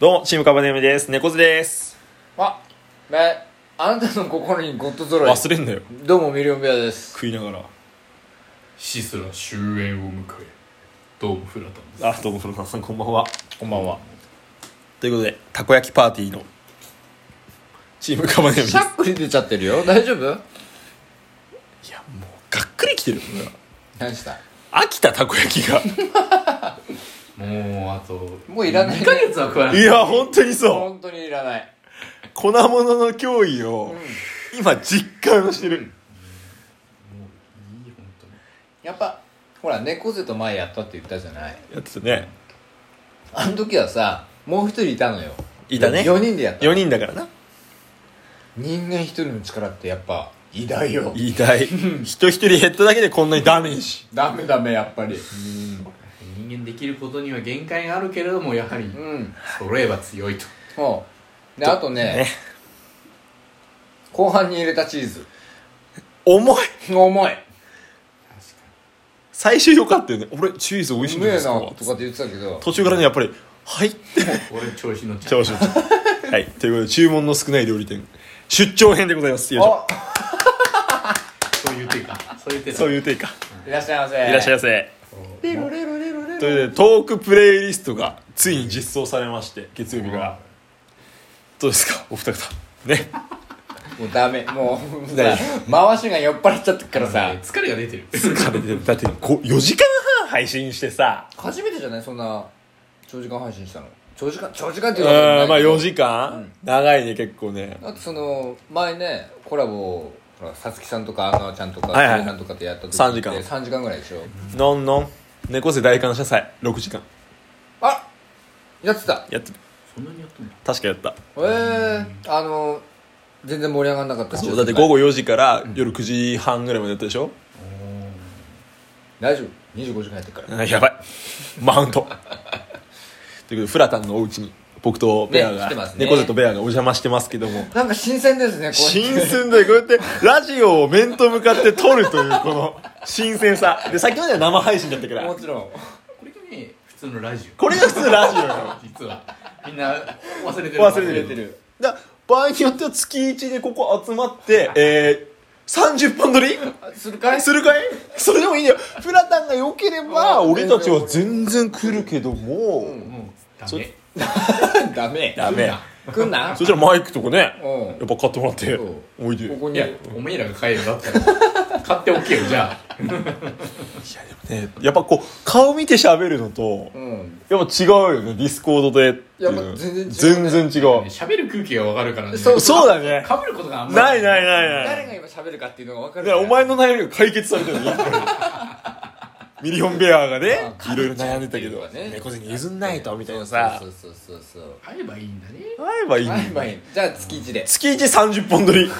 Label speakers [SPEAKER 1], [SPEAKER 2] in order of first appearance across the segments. [SPEAKER 1] どうも、チームカバネムです。猫背です。
[SPEAKER 2] あ、め、あなたの心にゴッド揃い。
[SPEAKER 1] 忘れんなよ。
[SPEAKER 2] どうもミリオンベアです。
[SPEAKER 1] 食いながら。
[SPEAKER 3] シスラ終焉を迎えどうもフラタンです
[SPEAKER 1] あ、どうも、フロナさん、こんばんは。
[SPEAKER 2] こんばんは。
[SPEAKER 1] ということで、たこ焼きパーティーの、チームカバネムです。
[SPEAKER 2] しゃっくり出ちゃってるよ。大丈夫
[SPEAKER 1] いや、もう、がっくりきてる。
[SPEAKER 2] 何した
[SPEAKER 1] 飽きたたこ焼きが。
[SPEAKER 3] もうあと
[SPEAKER 2] もういらない
[SPEAKER 3] 2ヶ月は食わない
[SPEAKER 1] いや、本当にそう。
[SPEAKER 2] 本当にいらない。
[SPEAKER 1] 粉物の脅威を、今、実感してる。
[SPEAKER 3] もういい本当に
[SPEAKER 2] やっぱ、ほら、猫背と前やったって言ったじゃない。
[SPEAKER 1] やってたね。
[SPEAKER 2] あの時はさ、もう一人いたのよ。
[SPEAKER 1] いたね
[SPEAKER 2] 4人でやった。
[SPEAKER 1] 4人だからな。
[SPEAKER 2] 人間一人の力ってやっぱ、偉大よ。
[SPEAKER 1] 言いたい。人一人減っただけでこんなにダメージ。
[SPEAKER 2] ダメダメ、やっぱり。
[SPEAKER 3] 人間できることには限界があるけれどもやはり
[SPEAKER 2] うん。
[SPEAKER 3] 揃えば強いと
[SPEAKER 2] そう。で、あとね、後半に入れたチーズ。
[SPEAKER 1] 重い。
[SPEAKER 2] 重い。
[SPEAKER 1] 最初良かったよね。俺、チーズ美味しい
[SPEAKER 2] うん
[SPEAKER 1] じゃ
[SPEAKER 2] め
[SPEAKER 1] な
[SPEAKER 2] え
[SPEAKER 1] い
[SPEAKER 2] な、
[SPEAKER 1] ですか
[SPEAKER 2] と。かって言ってたけど。
[SPEAKER 1] 途中からね、やっぱり、はいって。
[SPEAKER 3] 俺調子のちゃ
[SPEAKER 1] 調
[SPEAKER 3] ん
[SPEAKER 1] 子乗っちゃうはいということで注文の少ない料理店出張編でございますよいしょ
[SPEAKER 2] お
[SPEAKER 3] そういう手かそういう手だ
[SPEAKER 1] そういう手か
[SPEAKER 2] いらっしゃいませ。
[SPEAKER 1] いらっしゃいませ
[SPEAKER 2] レロレロレロレロ
[SPEAKER 1] ということでトークプレイリストがついに実装されまして月曜日からどうですかお二方ね
[SPEAKER 2] もうダメもうさ
[SPEAKER 1] 大
[SPEAKER 2] 回しが酔っ払っちゃってっからさ
[SPEAKER 3] ね疲れが出てる
[SPEAKER 1] だってこ4時間半配信してさ
[SPEAKER 2] 初めてじゃないそんな長時間配信したの長時間長時間って
[SPEAKER 1] うん
[SPEAKER 2] いうわけじゃない
[SPEAKER 1] まあ
[SPEAKER 2] けど
[SPEAKER 1] 4時間、長いね結構ね
[SPEAKER 2] だってその前ねコラボをほらさつきさんとか阿川ちゃんとか
[SPEAKER 1] はいはい
[SPEAKER 2] さんとかとやった時って
[SPEAKER 1] 三時間
[SPEAKER 2] 3時間ぐらいでしょ
[SPEAKER 1] のんのん猫背大感謝祭6時間
[SPEAKER 2] あやってた
[SPEAKER 1] やってる
[SPEAKER 3] そんなにやってんの
[SPEAKER 1] 確かやった
[SPEAKER 2] ええあの全然盛り上がんなかった
[SPEAKER 1] そうだって午後4時から夜9時半ぐらいまでやったでしょ、
[SPEAKER 2] 大丈夫25時間や ってっから
[SPEAKER 1] あやばいマウントということでフラタンのお家に僕とベア
[SPEAKER 2] ね
[SPEAKER 1] が、
[SPEAKER 2] 来てますね
[SPEAKER 1] 猫背とベアがお邪魔してますけど も
[SPEAKER 2] なんか新鮮ですねこうや
[SPEAKER 1] 新鮮だよこうやってラジオを面と向かって撮るというこの新鮮さで先までは生配信だったか
[SPEAKER 2] って
[SPEAKER 1] ら
[SPEAKER 2] もちろん
[SPEAKER 3] これがね普通のラジオ
[SPEAKER 1] これが普通ラジオよ
[SPEAKER 3] 実はみんな忘れてる
[SPEAKER 1] 忘
[SPEAKER 2] 忘
[SPEAKER 1] れ
[SPEAKER 2] れ
[SPEAKER 1] て
[SPEAKER 2] てる
[SPEAKER 1] だ場合によっては月1でここ集まってえー30本撮り
[SPEAKER 2] するかい
[SPEAKER 1] するかいそれでもいいんだよフラタンが良ければ
[SPEAKER 2] あー
[SPEAKER 1] 俺たちは全然来るけども、
[SPEAKER 3] もうダ
[SPEAKER 1] そ
[SPEAKER 3] メ
[SPEAKER 2] ダ メ
[SPEAKER 1] ダメ
[SPEAKER 2] 来んな
[SPEAKER 1] そしたらマイクとかね
[SPEAKER 2] うん
[SPEAKER 1] やっぱ買ってもらって
[SPEAKER 2] そう
[SPEAKER 1] おいで
[SPEAKER 2] ここ
[SPEAKER 3] い
[SPEAKER 2] に
[SPEAKER 3] やお前らが帰るんだったら買っておけよじゃあ
[SPEAKER 1] ねやっぱこう顔見て喋るのと
[SPEAKER 2] うん
[SPEAKER 1] やっぱ違うよねディスコードでっていうの
[SPEAKER 2] やっぱ全然違うね
[SPEAKER 1] 全然違う
[SPEAKER 3] 喋る空気がわかるからね
[SPEAKER 2] そう
[SPEAKER 1] そうだね
[SPEAKER 3] かぶることがあんま
[SPEAKER 1] ないない
[SPEAKER 3] い
[SPEAKER 1] ないない
[SPEAKER 2] 誰が今喋るかっていうのが分か
[SPEAKER 1] だ
[SPEAKER 2] る
[SPEAKER 1] か
[SPEAKER 2] から
[SPEAKER 1] らお前の悩みが解決されたのやっぱりミリオンベアがね
[SPEAKER 2] あ
[SPEAKER 1] いろいろ悩んでたけど
[SPEAKER 2] カルチャーっていうのがね
[SPEAKER 1] 猫背に譲んないとみたいなさ
[SPEAKER 2] そうそうそうそうそう
[SPEAKER 3] 会えばいいんだね
[SPEAKER 1] 会えばいいの
[SPEAKER 2] はいはいじゃあ月一で
[SPEAKER 1] 月130本撮り
[SPEAKER 3] バ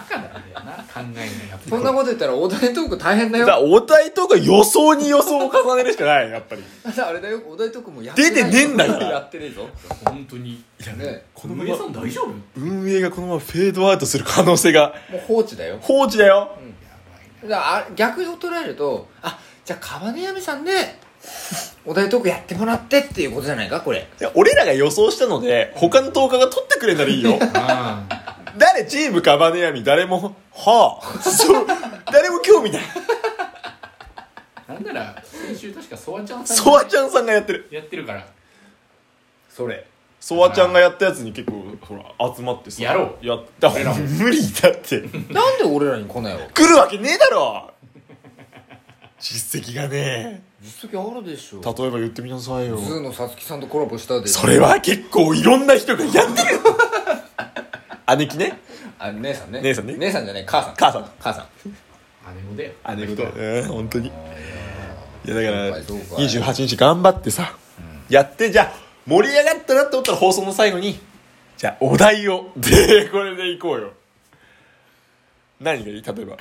[SPEAKER 3] カなんだよな考えないやっぱ
[SPEAKER 2] そんなこと言ったら大谷トーク大変
[SPEAKER 1] だ
[SPEAKER 2] だよ
[SPEAKER 1] か
[SPEAKER 2] だ
[SPEAKER 1] らお題とか予想に予想を重ねるしかないやっぱり
[SPEAKER 2] ってあれだよ大谷トークもやってない
[SPEAKER 1] 出てねえんだから
[SPEAKER 2] やってねえぞ
[SPEAKER 3] 本当に
[SPEAKER 2] ね
[SPEAKER 3] この上さん大丈夫
[SPEAKER 1] 運営がこのままフェードアウトする可能性が
[SPEAKER 2] もう放置だよ
[SPEAKER 1] 放置だよ
[SPEAKER 2] だからあ逆を捉えるとあじゃあ川根闇さんでお題トークやってもらってっていうことじゃないかこれ
[SPEAKER 1] いや俺らが予想したので他の10日が取ってくれたらいい よ
[SPEAKER 3] あ
[SPEAKER 1] 誰チームカバネヤミ誰もはあそう誰も興味ない
[SPEAKER 3] あなんなら先週確かソワちゃんさんが
[SPEAKER 1] ソワちゃんさんがやってる
[SPEAKER 3] やってるから
[SPEAKER 2] それ
[SPEAKER 1] ソワちゃんがやったやつに結構ほら集まってさ
[SPEAKER 3] やろ
[SPEAKER 1] うやった
[SPEAKER 3] 俺らも
[SPEAKER 1] 無理だって
[SPEAKER 2] なんで俺らに来ないわ
[SPEAKER 1] 来るわけねえだろ実績がね
[SPEAKER 2] 実績あるでしょ
[SPEAKER 1] 例えば言ってみなさいよ
[SPEAKER 2] ズーのさつきさんとコラボしたで
[SPEAKER 1] それは結構いろんな人がやって る姉貴ね
[SPEAKER 2] あ姉さんね
[SPEAKER 1] 姉さんね
[SPEAKER 2] 姉さんじゃない母さん
[SPEAKER 1] 母さん
[SPEAKER 2] 母さん
[SPEAKER 3] 姉もだよ
[SPEAKER 1] 姉貴だうん本当にいやだから
[SPEAKER 2] そうかいそうかい
[SPEAKER 1] 28日頑張ってさ、やってじゃあ盛り上がったなって思ったら放送の最後にじゃあお題をでこれでいこうよ何がいい例えば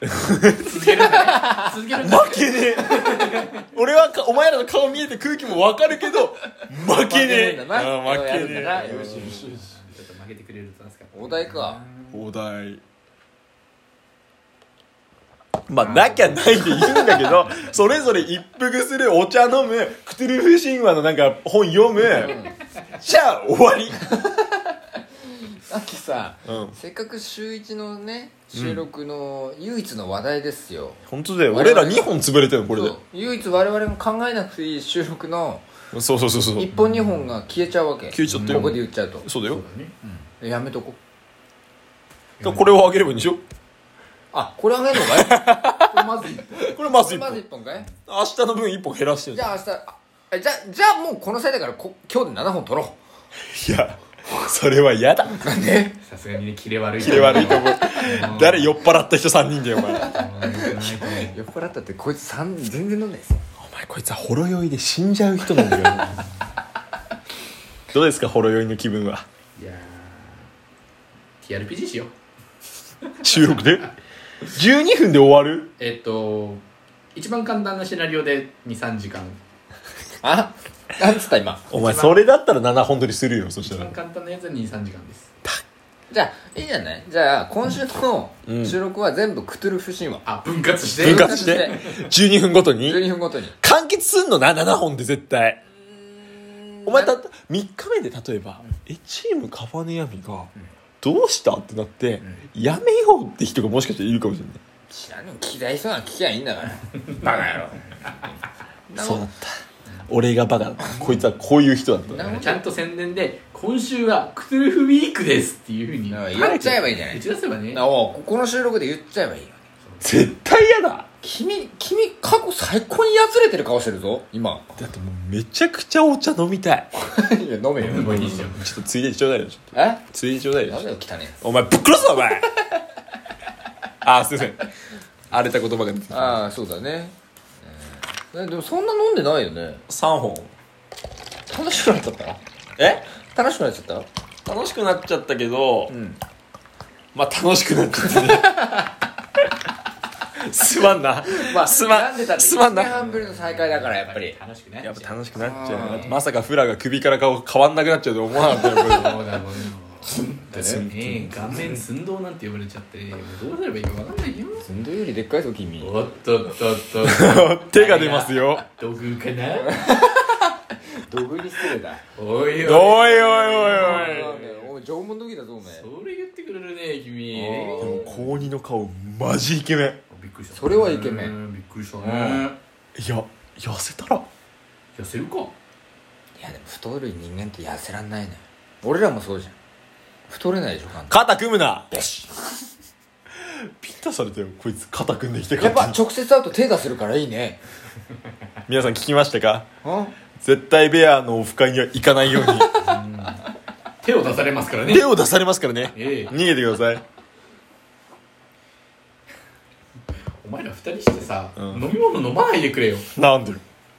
[SPEAKER 3] 続けるんだね続けるんだ
[SPEAKER 1] 負け ねえ俺はかお前らの顔見えて空気も分かるけど負けね
[SPEAKER 2] 負けねえん
[SPEAKER 1] え
[SPEAKER 2] だな
[SPEAKER 1] ああ負けね
[SPEAKER 2] やるんだな
[SPEAKER 1] え
[SPEAKER 2] よし
[SPEAKER 3] よしよしちょっと負けてくれると助かる
[SPEAKER 2] お題か
[SPEAKER 1] お題まあ、なきゃないでいいんだけど、それぞれ一服する、お茶飲む、クトゥルフ神話のなんか本読む、じゃあ終わり。
[SPEAKER 2] だってさ、
[SPEAKER 1] うん
[SPEAKER 2] せっかく週一のね収録の唯一の話題ですよ、
[SPEAKER 1] 本当だよ。俺ら2本潰れてるこれで
[SPEAKER 2] そう。唯一我々も考えなくていい収録の
[SPEAKER 1] そうそうそうそう。
[SPEAKER 2] 一本二本が消えちゃうわけ
[SPEAKER 1] 消えちゃったよ
[SPEAKER 2] ここで言っちゃうと
[SPEAKER 1] そうだよ。
[SPEAKER 3] だね
[SPEAKER 2] えやめとこ
[SPEAKER 1] だからこれをあげればいいんでしょ
[SPEAKER 2] あこれあげるのかいこれまず 一本
[SPEAKER 1] これまず1
[SPEAKER 2] まず
[SPEAKER 1] 本。
[SPEAKER 2] 一本かい
[SPEAKER 1] 明日の分1本減らしてる
[SPEAKER 2] じゃあ明日あえじゃじゃあもうこの際だからこ今日で7本取ろ
[SPEAKER 1] いや、それは嫌だ。
[SPEAKER 2] う なんで
[SPEAKER 3] さすがにねキレ悪い
[SPEAKER 1] キレ悪いと思う。
[SPEAKER 3] うん
[SPEAKER 1] 誰酔っ払った人3人だよ、お前。
[SPEAKER 3] うん良くないと思う
[SPEAKER 2] 酔っ払ったってこいつ三全然飲んないですよ
[SPEAKER 1] お前こいつはほろ酔いで死んじゃう人なんだよどうですかほろ酔いの気分はい
[SPEAKER 3] やー TRPG しよう
[SPEAKER 1] 収録で12分で終わる
[SPEAKER 3] えっと一番簡単なシナリオで23時間
[SPEAKER 2] あなんつった今
[SPEAKER 1] お前それだったら7本撮りするよそし
[SPEAKER 3] 一
[SPEAKER 1] た
[SPEAKER 3] 番
[SPEAKER 1] ら
[SPEAKER 3] 簡単なやつは23時間です
[SPEAKER 2] じゃあいいじゃないじゃあ今週の
[SPEAKER 1] うん
[SPEAKER 2] 収録は全部クトゥルフ神話
[SPEAKER 3] あ分割して
[SPEAKER 1] 分割して12分ごとに
[SPEAKER 2] 12分ごとに
[SPEAKER 1] 完結すんのな7本で絶対お前た3日目で例えば「えチームカバネヤミがどうした?」ってなって「やめよう」って人がもしかしたらいるかもしれない
[SPEAKER 2] 知らんの嫌いそうなの聞きゃいいんだ からバカ野郎な
[SPEAKER 1] そうだった俺がバカだったこいつはこういう人だった
[SPEAKER 2] な
[SPEAKER 3] ちゃんと宣伝で今週はクトゥルフウィークですっていうふうに
[SPEAKER 2] あ言っちゃえばいいんじゃない
[SPEAKER 3] 打ち出せばね
[SPEAKER 2] おうここの収録で言っちゃえばいいよ
[SPEAKER 1] 絶対嫌だ
[SPEAKER 2] 君君過去最高にやつれてる顔してるぞ今
[SPEAKER 1] だってもうめちゃくちゃお茶飲みたい
[SPEAKER 2] いや 飲めよ
[SPEAKER 3] もういいじゃん
[SPEAKER 1] ちょっとついでにちょうだいよちょっと
[SPEAKER 2] え
[SPEAKER 1] ついでにちょうだいよ
[SPEAKER 2] なんだよ汚ね
[SPEAKER 1] お前ぶっ殺すぞお 前あーすいません荒れた言葉が出てきた
[SPEAKER 2] ああそうだね、えーえでもそんな飲んでないよね
[SPEAKER 1] 3本
[SPEAKER 2] 楽しくなっちゃった
[SPEAKER 1] え
[SPEAKER 2] 楽しくなっちゃっ
[SPEAKER 1] 楽しくなっちゃったけど、
[SPEAKER 2] たうん
[SPEAKER 1] まあ楽しくなっちゃったね すまんな、
[SPEAKER 2] まあ
[SPEAKER 1] すま
[SPEAKER 2] なんでだっ
[SPEAKER 1] ん
[SPEAKER 2] て
[SPEAKER 1] すまん
[SPEAKER 2] 一年
[SPEAKER 1] な
[SPEAKER 2] 半ぶりの再会だからやっぱり
[SPEAKER 3] 楽しくね
[SPEAKER 1] やっぱ楽しくなっちゃう
[SPEAKER 2] あ
[SPEAKER 1] な
[SPEAKER 2] ー
[SPEAKER 1] だってまさかフラが首から顔変わんなくなっちゃうと思わなかったよこれ
[SPEAKER 3] そうだもんだってね顔面寸胴なんて呼ばれちゃってもうどうすればいいか分かんないよ
[SPEAKER 2] ずんどよりでっかいぞ君
[SPEAKER 3] おっとっとっと
[SPEAKER 1] 手が出ますよ
[SPEAKER 3] 土偶かな
[SPEAKER 2] ドグリ失礼だ
[SPEAKER 3] お
[SPEAKER 1] おい
[SPEAKER 3] いおい
[SPEAKER 1] おいおい
[SPEAKER 2] お前お前縄文土器だぞお前
[SPEAKER 3] それ言ってくれるね君
[SPEAKER 1] でも高2の顔マジイケメン
[SPEAKER 3] びっくりした
[SPEAKER 2] それはイケメン
[SPEAKER 3] ンびっくりしたね
[SPEAKER 1] いや痩せたら
[SPEAKER 3] 痩せるか
[SPEAKER 2] いやでも太る人間って痩せらんないのよ俺らもそうじゃん太れないでしょ簡単
[SPEAKER 1] 肩組むなピッタされたよこいつ肩組んできて
[SPEAKER 2] やっぱ
[SPEAKER 1] 勝手に
[SPEAKER 2] 直接会うと手出せるからいいね
[SPEAKER 1] 皆さん聞きましたか
[SPEAKER 2] うん
[SPEAKER 1] 絶対ベアのオフ会には行かないように
[SPEAKER 3] 手を出されますからね
[SPEAKER 1] 手を出されますからね
[SPEAKER 3] ええ
[SPEAKER 1] 逃げてください
[SPEAKER 3] お前ら二人してさ、
[SPEAKER 1] うん
[SPEAKER 3] 飲み物飲まないでくれよ
[SPEAKER 1] なんで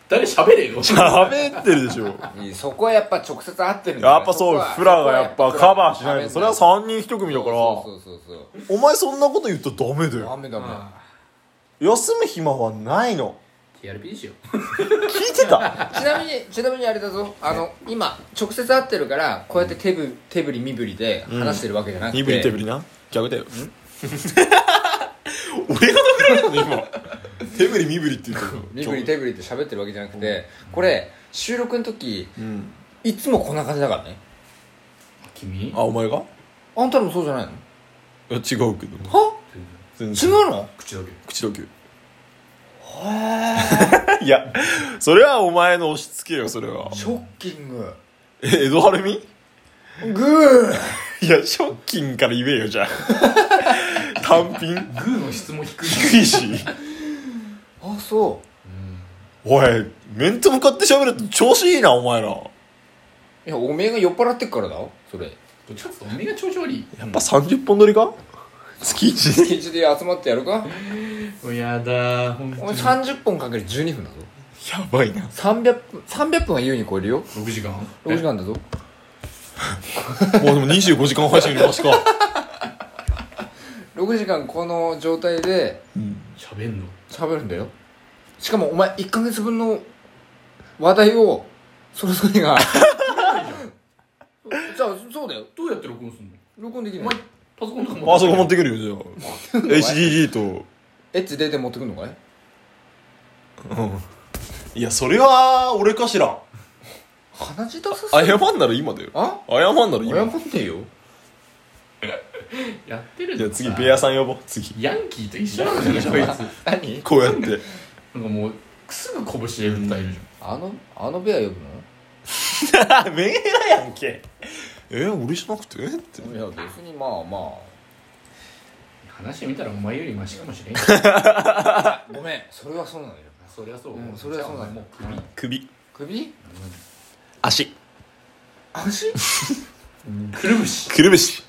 [SPEAKER 3] 誰喋れよ
[SPEAKER 1] 喋ってるでしょ
[SPEAKER 2] いいそこはやっぱ直接会ってるんだから
[SPEAKER 1] やっぱそう
[SPEAKER 2] こは
[SPEAKER 1] フラがやっぱカバーしないとそれは
[SPEAKER 2] そこ
[SPEAKER 1] 3人1組だから
[SPEAKER 2] はそうそうそうそ
[SPEAKER 1] お
[SPEAKER 2] う
[SPEAKER 1] 前そんなこと言ったらダメだ
[SPEAKER 2] ダ
[SPEAKER 1] よ
[SPEAKER 2] メダメ
[SPEAKER 1] 休む暇はないの
[SPEAKER 3] TRP しよ
[SPEAKER 1] 聞いて た
[SPEAKER 2] ちなみにちなみにあれだぞあの今直接会ってるからこうやって手ぶ手振り身振りで話してるわけじゃなくて
[SPEAKER 1] 身振り手振りな逆だよ 俺が食べられるの 今手振り身振りって言ってる
[SPEAKER 2] 身振り手振りって喋ってるわけじゃなくてこれ収録の時
[SPEAKER 1] うん
[SPEAKER 2] いつもこんな感じだからね
[SPEAKER 3] 君
[SPEAKER 1] あお前が
[SPEAKER 2] あんたらもそうじゃないの
[SPEAKER 1] いや違うけど
[SPEAKER 2] は
[SPEAKER 1] 全
[SPEAKER 2] 違
[SPEAKER 1] 然
[SPEAKER 2] うの
[SPEAKER 3] 口だけ
[SPEAKER 1] 口どき いやそれはお前の押し付けよそれは
[SPEAKER 2] ショッキング
[SPEAKER 1] え江戸晴美
[SPEAKER 2] グー
[SPEAKER 1] いやショッキングから言えよじゃ あ単品
[SPEAKER 3] グーの質も低い
[SPEAKER 1] 低いし
[SPEAKER 2] あそ
[SPEAKER 1] おい面と向かって喋ると調子いいなお前らや
[SPEAKER 2] ういやおめえが酔っ払ってっからだろそれ
[SPEAKER 3] どっちかっていうとおめえが調子悪い
[SPEAKER 1] っぱ30本撮りか月1
[SPEAKER 2] 月一で集まってやるか
[SPEAKER 3] もうやだーほん
[SPEAKER 2] お
[SPEAKER 3] と
[SPEAKER 2] 前
[SPEAKER 3] に
[SPEAKER 2] 30本かける12分だぞ
[SPEAKER 1] やばいな
[SPEAKER 2] 300分300分は優に超えるよ
[SPEAKER 3] 6時間
[SPEAKER 2] 6時間だぞ
[SPEAKER 1] もうでも25時間配信よりマシか
[SPEAKER 2] 6時間この状態で
[SPEAKER 1] うん
[SPEAKER 3] 喋んの
[SPEAKER 2] 喋るんだよしかもお前1ヶ月分の話題をそれぞれが じゃあそうだよ
[SPEAKER 3] どうやって録音すんの
[SPEAKER 2] 録音でき
[SPEAKER 3] お
[SPEAKER 2] ない
[SPEAKER 3] 前パソコンとか持って
[SPEAKER 1] あそこ持ってくるよじゃあ HDD と
[SPEAKER 2] エッチ0点持ってくんのかい
[SPEAKER 1] いやそれは俺かしら
[SPEAKER 2] 鼻血出させ
[SPEAKER 1] 謝んなら今だよ
[SPEAKER 2] あ
[SPEAKER 1] 謝んなら
[SPEAKER 2] 謝
[SPEAKER 1] 今
[SPEAKER 2] んねえよ
[SPEAKER 3] やって る
[SPEAKER 1] じゃあ次
[SPEAKER 3] さ
[SPEAKER 1] ベアさん呼ぼう次
[SPEAKER 3] ヤンキーと一緒なんだよこいつなんか
[SPEAKER 2] 何
[SPEAKER 1] こう やって
[SPEAKER 3] もうすぐ拳で訴えるじ
[SPEAKER 2] あのあのベア呼
[SPEAKER 1] メンヘラやんけえ俺じゃなくてって
[SPEAKER 2] ぶのいや別にまあま
[SPEAKER 3] ゃん話してみたらお前よりマシかもしれんそ
[SPEAKER 2] あごめんそれはそうなのよ
[SPEAKER 3] りゃそう、
[SPEAKER 2] うんそれはそうだよ
[SPEAKER 3] もう首
[SPEAKER 1] 首
[SPEAKER 2] 首
[SPEAKER 1] 足
[SPEAKER 2] 足
[SPEAKER 3] くるぶし
[SPEAKER 1] くるぶし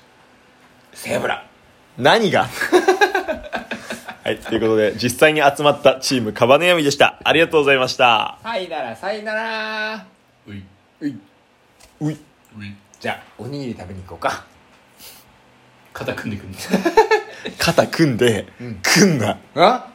[SPEAKER 2] セブラ
[SPEAKER 1] 何 がはいということで実際に集まったチームカバネヤミでしたありがとうございました
[SPEAKER 2] さいならさいなら
[SPEAKER 3] ういう
[SPEAKER 2] いう
[SPEAKER 1] いう
[SPEAKER 3] い
[SPEAKER 2] じゃあおにぎり食べに行こうか
[SPEAKER 3] 肩組んでくんの
[SPEAKER 1] 肩組んで、
[SPEAKER 2] うん
[SPEAKER 1] 組んだ
[SPEAKER 2] あ